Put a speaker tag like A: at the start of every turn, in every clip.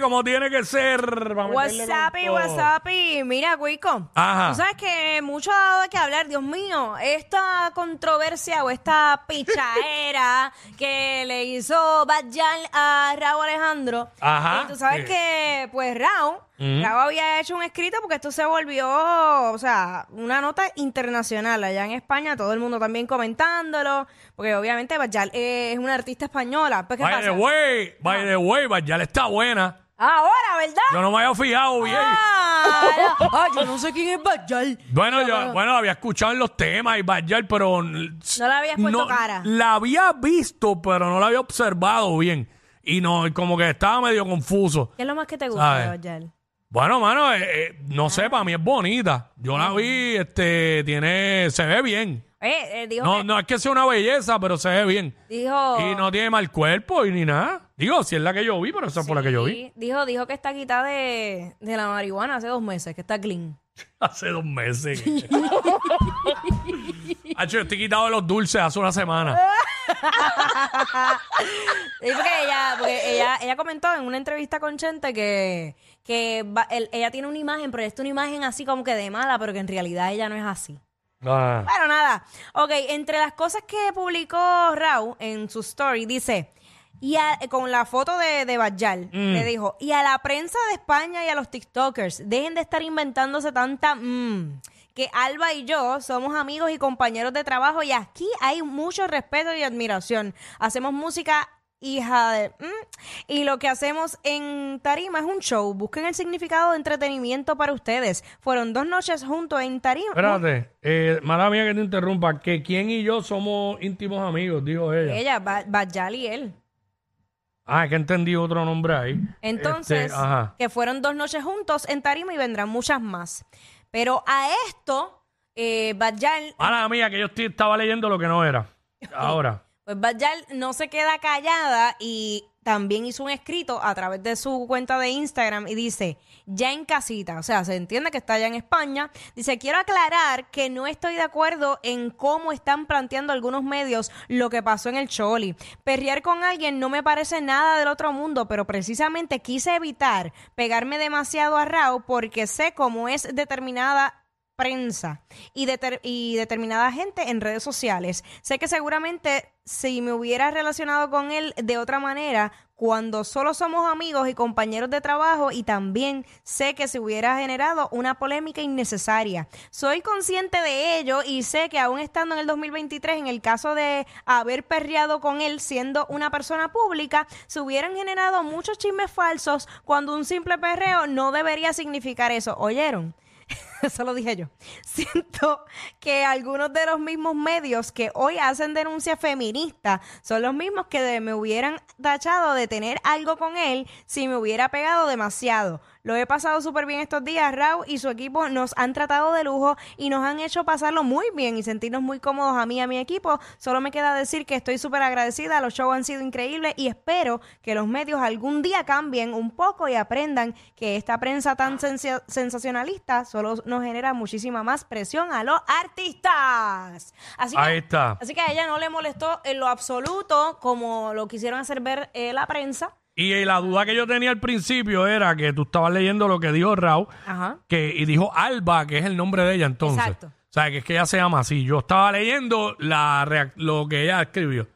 A: como tiene que ser. pa' meterle con
B: Wasapi,
A: todo.
B: wasapi. Mira, Guico.
A: Ajá.
B: Tú sabes que mucho ha dado de qué hablar, Dios mío. Esta controversia o esta pichaera que le hizo Bajal a Raúl Alejandro.
A: Ajá.
B: Y tú sabes
A: Sí.
B: que, pues, Raúl. Raúl había hecho un escrito porque esto se volvió, o sea, una nota internacional allá en España, todo el mundo también comentándolo, porque obviamente Bajal es una artista española. Pues, ¿qué Ah.
A: By the
B: pasa?
A: way, by the way, pues, ya le está buena.
B: Ahora, ¿verdad?
A: Yo no me había fijado bien.
B: Ah, no. Ah, yo no sé quién es Bajal.
A: Bueno, yo, bueno, había escuchado en los temas y Bayal, pero. No
B: la habías puesto cara.
A: La había visto, pero no la había observado bien. Y no, y como que estaba medio confuso.
B: ¿Qué es lo más que te gusta de
A: ¿Sabes?
B: Bajal?
A: Bueno, mano, eh, eh, no sé,
B: Ah.
A: para mí es bonita. Yo la vi, este, tiene, se ve bien.
B: Eh, eh, dijo,
A: No,
B: que-
A: no es que sea una belleza, pero se ve bien.
B: dijo,
A: Y no tiene mal cuerpo y ni nada. Digo, si es la que yo vi, pero esa fue la que yo vi.
B: sí, dijo, dijo que está quitada de, de la marihuana hace dos meses, que está clean.
A: Hace dos meses. Hacho, yo estoy quitado de los dulces hace una semana.
B: Sí, porque ella, porque ella, ella comentó en una entrevista con Chente que, que va- el- ella tiene una imagen, pero es una imagen así como que de mala, pero que en realidad ella no es así.
A: Ah.
B: Pero nada. Ok, entre las cosas que publicó Raúl en su story, dice, y a- con la foto de, de Bajal, le dijo, y a la prensa de España y a los TikTokers, dejen de estar inventándose tanta... mm, que Alba y yo somos amigos y compañeros de trabajo y aquí hay mucho respeto y admiración. Hacemos música hija de... mm, y lo que hacemos en Tarima es un show. Busquen el significado de entretenimiento para ustedes. Fueron dos noches juntos en Tarima.
A: Espérate, eh, mala mía que te interrumpa, que quien y yo somos íntimos amigos, dijo ella.
B: Ella, Ba- Bajal y él.
A: Ah, es que entendí otro nombre ahí.
B: Entonces,
A: Este, ajá.
B: que fueron dos noches juntos en Tarima y vendrán muchas más. Pero a esto, eh, Bajal,
A: Mala mía que yo estoy- estaba leyendo lo que no era. Ahora.
B: pues Bajal no se queda callada y también hizo un escrito a través de su cuenta de Instagram y dice, ya en casita, o sea, se entiende que está allá en España, dice, quiero aclarar que no estoy de acuerdo en cómo están planteando algunos medios lo que pasó en el Choli. Perrear con alguien no me parece nada del otro mundo, pero precisamente quise evitar pegarme demasiado a Rao porque sé cómo es determinada prensa y, deter- y determinada gente en redes sociales. Sé que seguramente si me hubiera relacionado con él de otra manera, cuando solo somos amigos y compañeros de trabajo y también sé que se hubiera generado una polémica innecesaria. Soy consciente de ello y sé que aún estando en el 2023, en el caso de haber perreado con él siendo una persona pública, se hubieran generado muchos chismes falsos cuando un simple perreo no debería significar eso. ¿Oyeron? Eso lo dije yo. Siento que algunos de los mismos medios que hoy hacen denuncia feminista son los mismos que de- me hubieran tachado de tener algo con él si me hubiera pegado demasiado. Lo he pasado súper bien estos días. Raúl y su equipo nos han tratado de lujo y nos han hecho pasarlo muy bien y sentirnos muy cómodos a mí y a mi equipo. Solo me queda decir que estoy súper agradecida. Los shows han sido increíbles y espero que los medios algún día cambien un poco y aprendan que esta prensa tan sensa- sensacionalista solo nos genera muchísima más presión a los artistas. Así que,
A: Ahí está.
B: Así que a ella no le molestó en lo absoluto como lo quisieron hacer ver eh, la prensa.
A: Y eh, la duda que yo tenía al principio era que tú estabas leyendo lo que dijo Raúl
B: Ajá.
A: que, y dijo Alba, que es el nombre de ella entonces.
B: Exacto.
A: O sea, que es que ella se llama así. Yo estaba leyendo la reac- lo que ella escribió.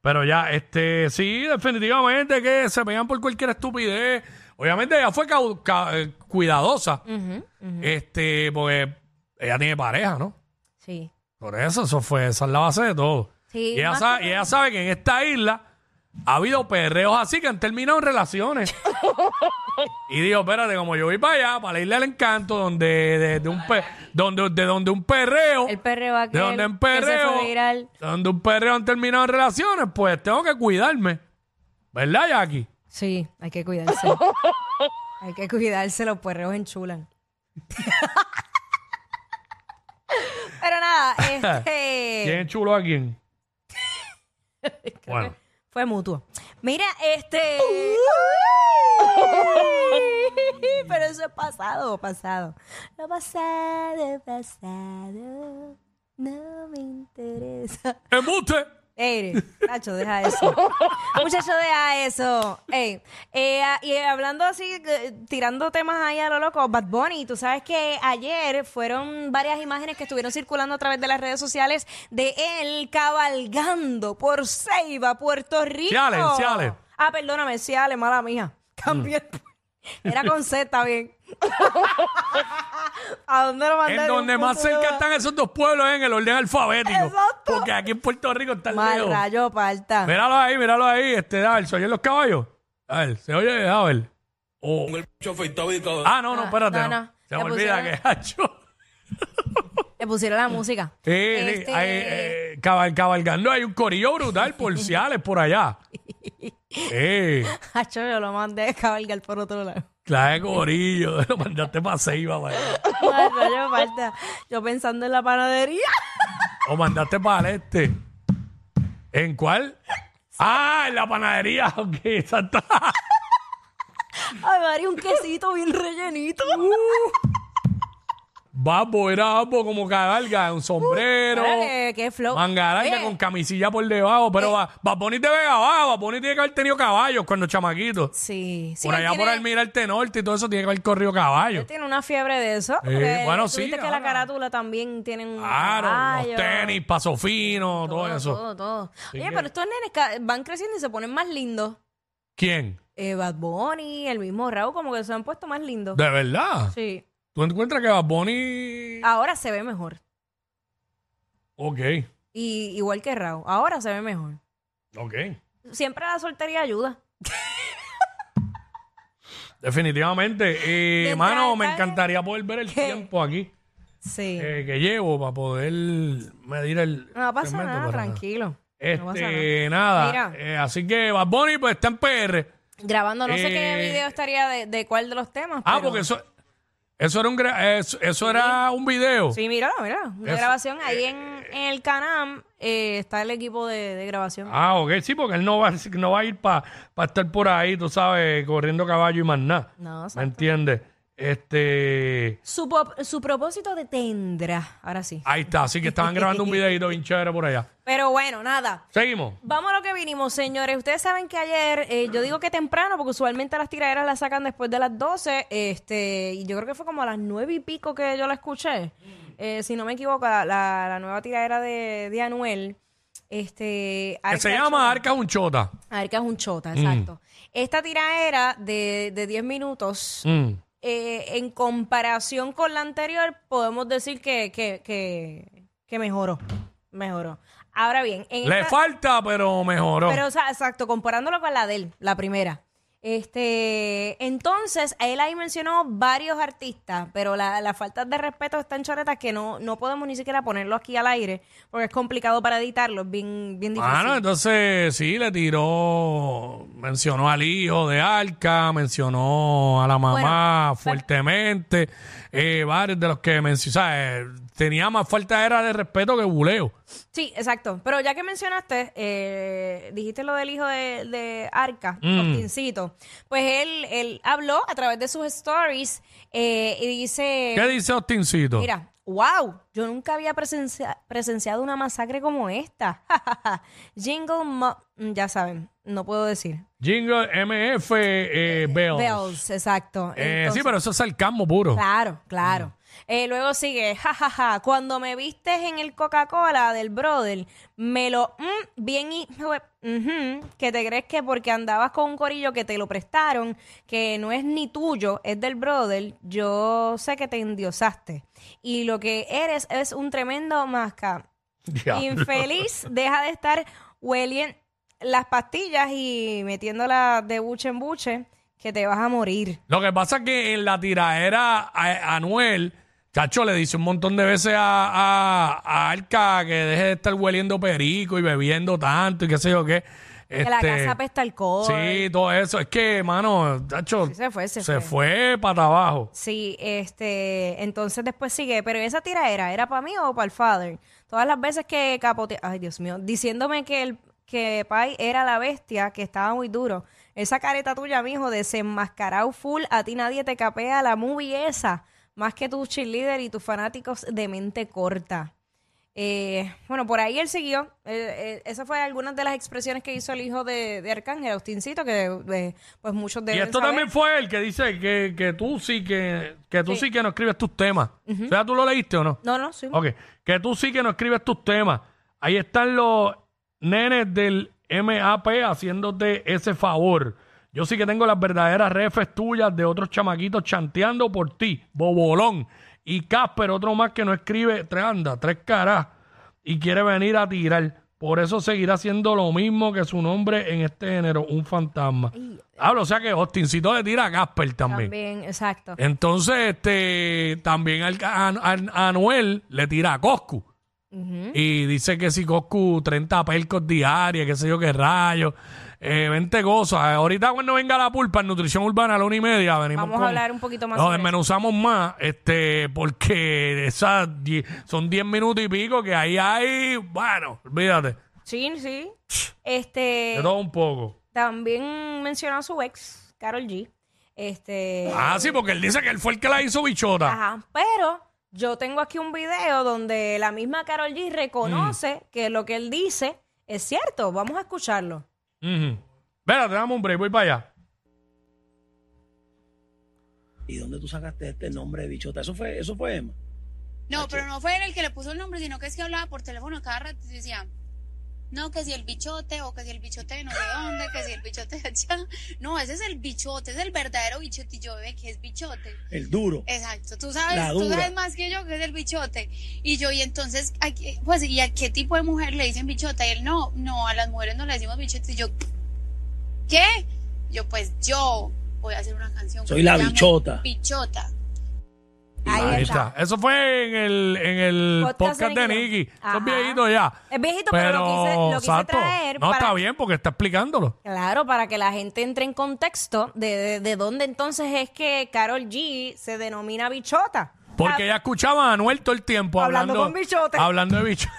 A: Pero ya, este, sí, definitivamente que se pegan por cualquier estupidez. Obviamente ella fue cau- ca- eh, cuidadosa. Este, porque ella tiene pareja, ¿no?
B: Sí.
A: Por eso, eso fue, esa es la base de todo.
B: Sí,
A: y, ella
B: más
A: sa-
B: que-
A: y ella sabe que en esta isla ha habido perreos así que han terminado en relaciones. y digo, espérate, como yo voy para allá, para la isla del encanto, donde de, de un pe- donde, de donde un perreo,
B: El perreo aquel
A: de donde un
B: que se
A: perreo,
B: fue viral.
A: donde un perreo han terminado en relaciones, pues tengo que cuidarme. ¿Verdad, Jackie?
B: Sí, hay que cuidarse. hay que cuidarse, los perreos enchulan. Pero nada, este
A: ¿Quién chulo a quién? bueno,
B: fue mutuo. Mira, este Pero eso es pasado, pasado. Lo pasado, pasado. No me interesa.
A: embuste.
B: Ey, Nacho, deja eso. Muchacho, deja eso. Ey, eh, a- y hablando así, eh, tirando temas ahí a lo loco, Bad Bunny, tú sabes que ayer fueron varias imágenes que estuvieron circulando a través de las redes sociales de él cabalgando por Ceiba, Puerto Rico.
A: Ciales, Ciales. Mm.
B: Ah, perdóname, Ciales, mala mía. Cambié. el- Era con Z, está bien. ¿A dónde lo mandé?
A: En donde
B: Un
A: más
B: punto
A: cerca
B: de-
A: están esos dos pueblos es en el orden alfabético.
B: Exacto.
A: Porque aquí en Puerto Rico está el
B: Mal
A: lejos.
B: rayo, parta.
A: Míralo ahí, míralo ahí, este Dabel, ¿se oyen los caballos? A ver, ¿se oye Dabel? O... Ah, no, no,
B: Ah,
A: espérate.
B: no,
A: No,
B: no.
A: Se
B: Ya
A: me olvida
B: pusieron-
A: que hacho.
B: Le pusieron la música.
A: Mm. Sí, sí,
B: Este-
A: ahí, eh, cabal- cabalgando hay un corillo brutal por Ciales, por allá. Sí,
B: Hacho, yo lo mandé a cabalgar por otro lado.
A: clase de corillo, lo mandaste para Ceiba, para allá.
B: Ay, rayo, falta. Yo pensando en la panadería.
A: O mandaste para el este. ¿En cuál? Ah, en la panadería. Ok, exacto.
B: Ay, María, un quesito bien rellenito. Uh.
A: Babo, era babo como cabalga, un sombrero.
B: Ahora que- que flow.
A: Manga larga
B: Oye, Eh.
A: con camisilla por debajo, pero va Bad Bunny te ve abajo, Bad Bunny tiene que haber tenido caballos cuando chamaquito.
B: Sí, sí.
A: por
B: él
A: allá
B: tiene,
A: por Almirante Norte y todo eso tiene que haber corrido
B: él
A: caballo.
B: tiene una fiebre de eso.
A: Eh,
B: porque
A: bueno,
B: tú
A: sí,
B: viste que
A: ahora.
B: la carátula también tienen un
A: Claro,
B: caballo,
A: los tenis, paso fino, todo, eso.
B: Todo, todo. Oye,
A: que-
B: pero estos nenes ca- van creciendo y se ponen más lindos.
A: ¿Quién?
B: Eh, Bad Bunny, el mismo Raúl, como que se han puesto más lindos.
A: ¿De verdad?
B: Sí.
A: ¿Tú encuentras que Bad Bunny...
B: Ahora se ve mejor.
A: Ok,
B: Y igual que Raúl. Ahora se ve mejor.
A: ok.
B: Siempre la soltería ayuda.
A: Definitivamente. Eh,
B: Mientras
A: mano, me
B: está-
A: encantaría poder ver el
B: ¿Qué?
A: tiempo aquí
B: Sí.
A: eh, que llevo para poder medir el...
B: No pasa
A: segmento,
B: nada,
A: pero
B: tranquilo. No pasa
A: Este,
B: Mira.
A: nada. Eh, así que Bad Bunny pues está en PR.
B: Grabando, no sé qué
A: Eh,
B: video estaría de, de cuál de los temas.
A: Ah,
B: pero-
A: porque eso, eso era un gra- eso, eso era un video.
B: Sí, míralo, míralo. Una
A: Eso- eh,
B: grabación. Ahí en, en el Canam eh, está el equipo de, de grabación.
A: Ah, ok, sí, porque él no va, no va a ir para estar por ahí, tú sabes, corriendo caballo y más nada.
B: No,
A: ¿Me
B: exacto.
A: entiendes? Este,
B: Su, pop- su propósito detendrá. Ahora sí.
A: ahí está, así que estaban grabando un videito bien chévere por allá.
B: Pero bueno, nada.
A: Seguimos.
B: Vamos a lo que vinimos, señores. Ustedes saben que ayer, eh, yo digo que temprano, porque usualmente las tiraderas las sacan después de las 12, este, y yo creo que fue como a las 9 y pico que yo la escuché. Eh, si no me equivoco, la, la- la nueva tiradera de, de Anuel. Este,
A: Que
B: Arca
A: se llama
B: Chota.
A: Arca un Chota.
B: Arca es un chota, exacto. Esta tiradera de, de 10 minutos,
A: Mm.
B: eh, en comparación con la anterior, podemos decir que, que, que, que mejoró. Mejoró. Ahora bien, en
A: Le
B: esta-
A: falta, pero mejoró.
B: pero, o sea, exacto, comparándolo con la de él, la primera. Este, entonces, él ahí mencionó varios artistas, pero la, la falta de respeto están choretas que no, no podemos ni siquiera ponerlo aquí al aire, porque es complicado para editarlo, es bien, bien difícil.
A: Mano, entonces sí, le tiró, mencionó al hijo de Arca, mencionó a la mamá fuertemente, eh, varios de los que mencionó, o sea, eh, tenía más falta era de respeto que buleo.
B: Sí, exacto. Pero ya que mencionaste, eh, dijiste lo del hijo de, de Arca,
A: Mm.
B: Ortincito. Pues él, él habló a través de sus stories eh, y dice...
A: ¿Qué dice Ostincito?
B: Mira, wow, yo nunca había presencia- presenciado una masacre como esta. Jingle, Mo- mm, ya saben, no puedo decir.
A: Jingle MF eh, Bells.
B: Bells, exacto.
A: Eh, sí,
B: Entonces-
A: pero eso es sarcasmo puro.
B: Claro,
A: Mm.
B: claro. Eh, luego sigue, jajaja, cuando me vistes en el Coca-Cola del brother, me lo mm, bien y ujú, que te crees que porque andabas con un corillo que te lo prestaron, que no es ni tuyo, es del brother, yo sé que te endiosaste. Y lo que eres es un tremendo masca.
A: Diablo.
B: Infeliz, deja de estar hueliendo las pastillas y metiéndolas de buche en buche, que te vas a morir.
A: Lo que pasa es que en la tiraera a- Anuel, chacho, le dice un montón de veces a, a- a Arca que deje de estar hueliendo perico y bebiendo tanto y qué sé yo qué.
B: Que la
A: Este,
B: casa apesta alcohol.
A: Sí, todo eso. Es que, mano, chacho,
B: Sí, se fue, se
A: se fue para abajo.
B: Sí, este, entonces después sigue, pero esa tira era, ¿era para mí o para el father? Todas las veces que capote, ay Dios mío, diciéndome que el que Pai era la bestia, que estaba muy duro. Esa careta tuya, mijo, desenmascarado full, a ti nadie te capea la movie esa, más que tus cheerleader y tus fanáticos de mente corta. Eh, bueno, por ahí él siguió. Eh, eh, esas fueron algunas de las expresiones que hizo el hijo de, de Arcángel, Austincito, que eh, pues muchos
A: Y
B: deben
A: esto
B: saber.
A: también fue el que dice que, que tú sí que, que tú sí. que no escribes tus temas. O sea, ¿tú lo leíste o no?
B: No, no, sí.
A: Ok, que tú sí que no escribes tus temas. Ahí están los nenes del MAP haciéndote ese favor. Yo sí que tengo las verdaderas refes tuyas de otros chamaquitos chanteando por ti, bobolón. Y Casper, otro más que no escribe, tres anda, tres caras, y quiere venir a tirar. Por eso seguirá siendo lo mismo que su nombre en este género, un fantasma. Hablo, o sea que Austincito le tira a Casper también.
B: También, exacto.
A: Eh. Entonces, este, también al, a, a- a Anuel le tira a Coscu. Y dice que si Coscu 30 pelcos diarias, qué sé yo qué rayos, eh, 20 cosas. Ahorita cuando venga la pulpa en Nutrición Urbana a la una y media, venimos
B: Vamos a
A: con-
B: hablar un poquito más
A: Nos
B: sobre eso.
A: desmenuzamos más, este, porque esas die- son 10 minutos y pico que ahí hay, bueno, olvídate,
B: Sí, sí.
A: de
B: Este,
A: todo un poco.
B: también mencionó a su ex, Carol G. Este,
A: Ah, sí, porque él dice que él fue el que la hizo bichota.
B: ajá, pero yo tengo aquí un video donde la misma Carol G reconoce
A: Mm.
B: que lo que él dice es cierto. Vamos a escucharlo.
A: Ujú. Espérate, dame un break, voy para allá.
C: ¿Y dónde tú sacaste este nombre de bichota? Eso fue, eso fue Emma.
D: No, pero no fue él el que le puso el nombre, sino que es que hablaba por teléfono cada rato y decía, no, que si el bichote, o que si el bichote de no sé dónde, que si el bichote de allá. No, ese es el bichote, es el verdadero bichote. Y yo, bebé, que es bichote.
C: El duro.
D: Exacto, tú sabes,
C: La
D: tú
C: dura.
D: sabes más que yo que es el bichote. Y yo, y entonces, ¿a qué- pues, ¿y a qué tipo de mujer le dicen bichota? Y él, no, no, a las mujeres no le decimos bichote. Y yo, ¿qué? Yo, pues yo voy a hacer una canción. que
C: Soy
D: se
C: la
D: llame
C: bichota.
D: Bichota.
B: Ahí,
A: Ahí
B: está.
A: está. Eso fue en el, en el podcast,
B: Podcast de
A: de
B: Nicky.
A: Nicky.
B: Ajá.
A: Son viejitos ya.
B: Es viejito, pero lo quise- lo quise
A: exacto.
B: traer
A: No,
B: para-
A: está bien porque está explicándolo.
B: Claro, para que la gente entre en contexto de, de, de dónde entonces es que Carol G se denomina bichota.
A: Porque ella escuchaba a Anuel todo el tiempo hablando.
B: Hablando con bichotes.
A: Hablando de bichos.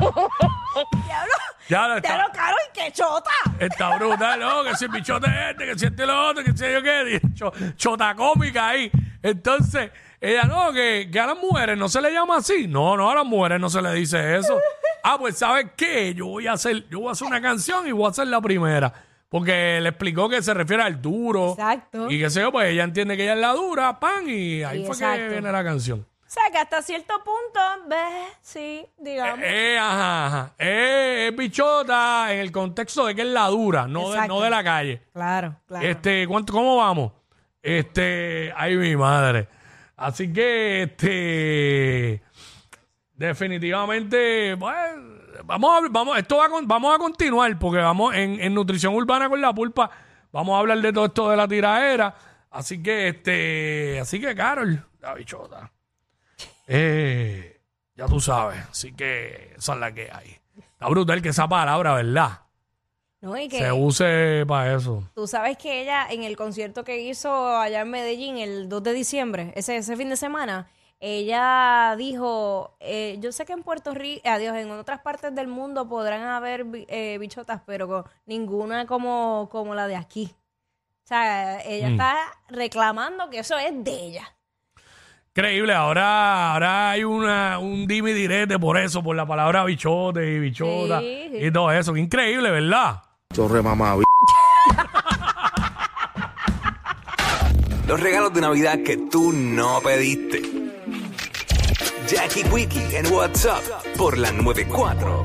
B: ¡Diablo!
A: ya lo
B: ¡Diablo,
A: está.
B: Carol, qué chota!
A: Está brutal, ¿no? Que si el bichote es este, que si este es lo otro, que sé yo qué. Cho- chota cómica ahí. Entonces, ella no, que, que a las mujeres no se le llama así. No, no, a las mujeres no se le dice eso. Ah, pues, ¿sabes qué? Yo voy a hacer, yo voy a hacer una canción y voy a hacer la primera. Porque le explicó que se refiere al duro.
B: Exacto.
A: Y qué sé yo, pues ella entiende que ella es la dura, pan, y ahí
B: Sí,
A: fue que
B: exacto.
A: viene la canción.
B: O sea, que hasta cierto punto, ve, sí, digamos.
A: Eh, ajá, ajá. Eh, es bichota en el contexto de que es la dura, no, de,
B: Exacto.
A: no de la calle.
B: Claro, claro.
A: Este, ¿cuánto, ¿cómo vamos? Este, ay, mi madre. Así que, este, definitivamente, bueno, vamos a, habl- vamos, esto va con- vamos a continuar porque vamos en, en Nutrición Urbana con la Pulpa, vamos a hablar de todo esto de la tiraera. Así que, este, así que, Carol, la bichota. Eh, ya tú sabes, así que esa es la que hay. Está brutal que esa palabra, ¿verdad?
B: no, y
A: Se
B: que
A: use para eso.
B: tú sabes que ella en el concierto que hizo allá en Medellín el 2 de diciembre, ese, ese fin de semana, ella dijo, eh, yo sé que en Puerto Rico, adiós, en otras partes del mundo podrán haber bi- eh, bichotas, pero co- ninguna como, como la de aquí. O sea, ella
A: Mm.
B: está reclamando que eso es de ella.
A: Increíble, ahora, ahora hay una, un dime y direte por eso, por la palabra bichote y bichota
B: Sí, sí.
A: y todo eso. Increíble, ¿verdad?
E: Torre mamá,
F: Los regalos de Navidad que tú no pediste. Jackie Quickie en WhatsApp por la 94.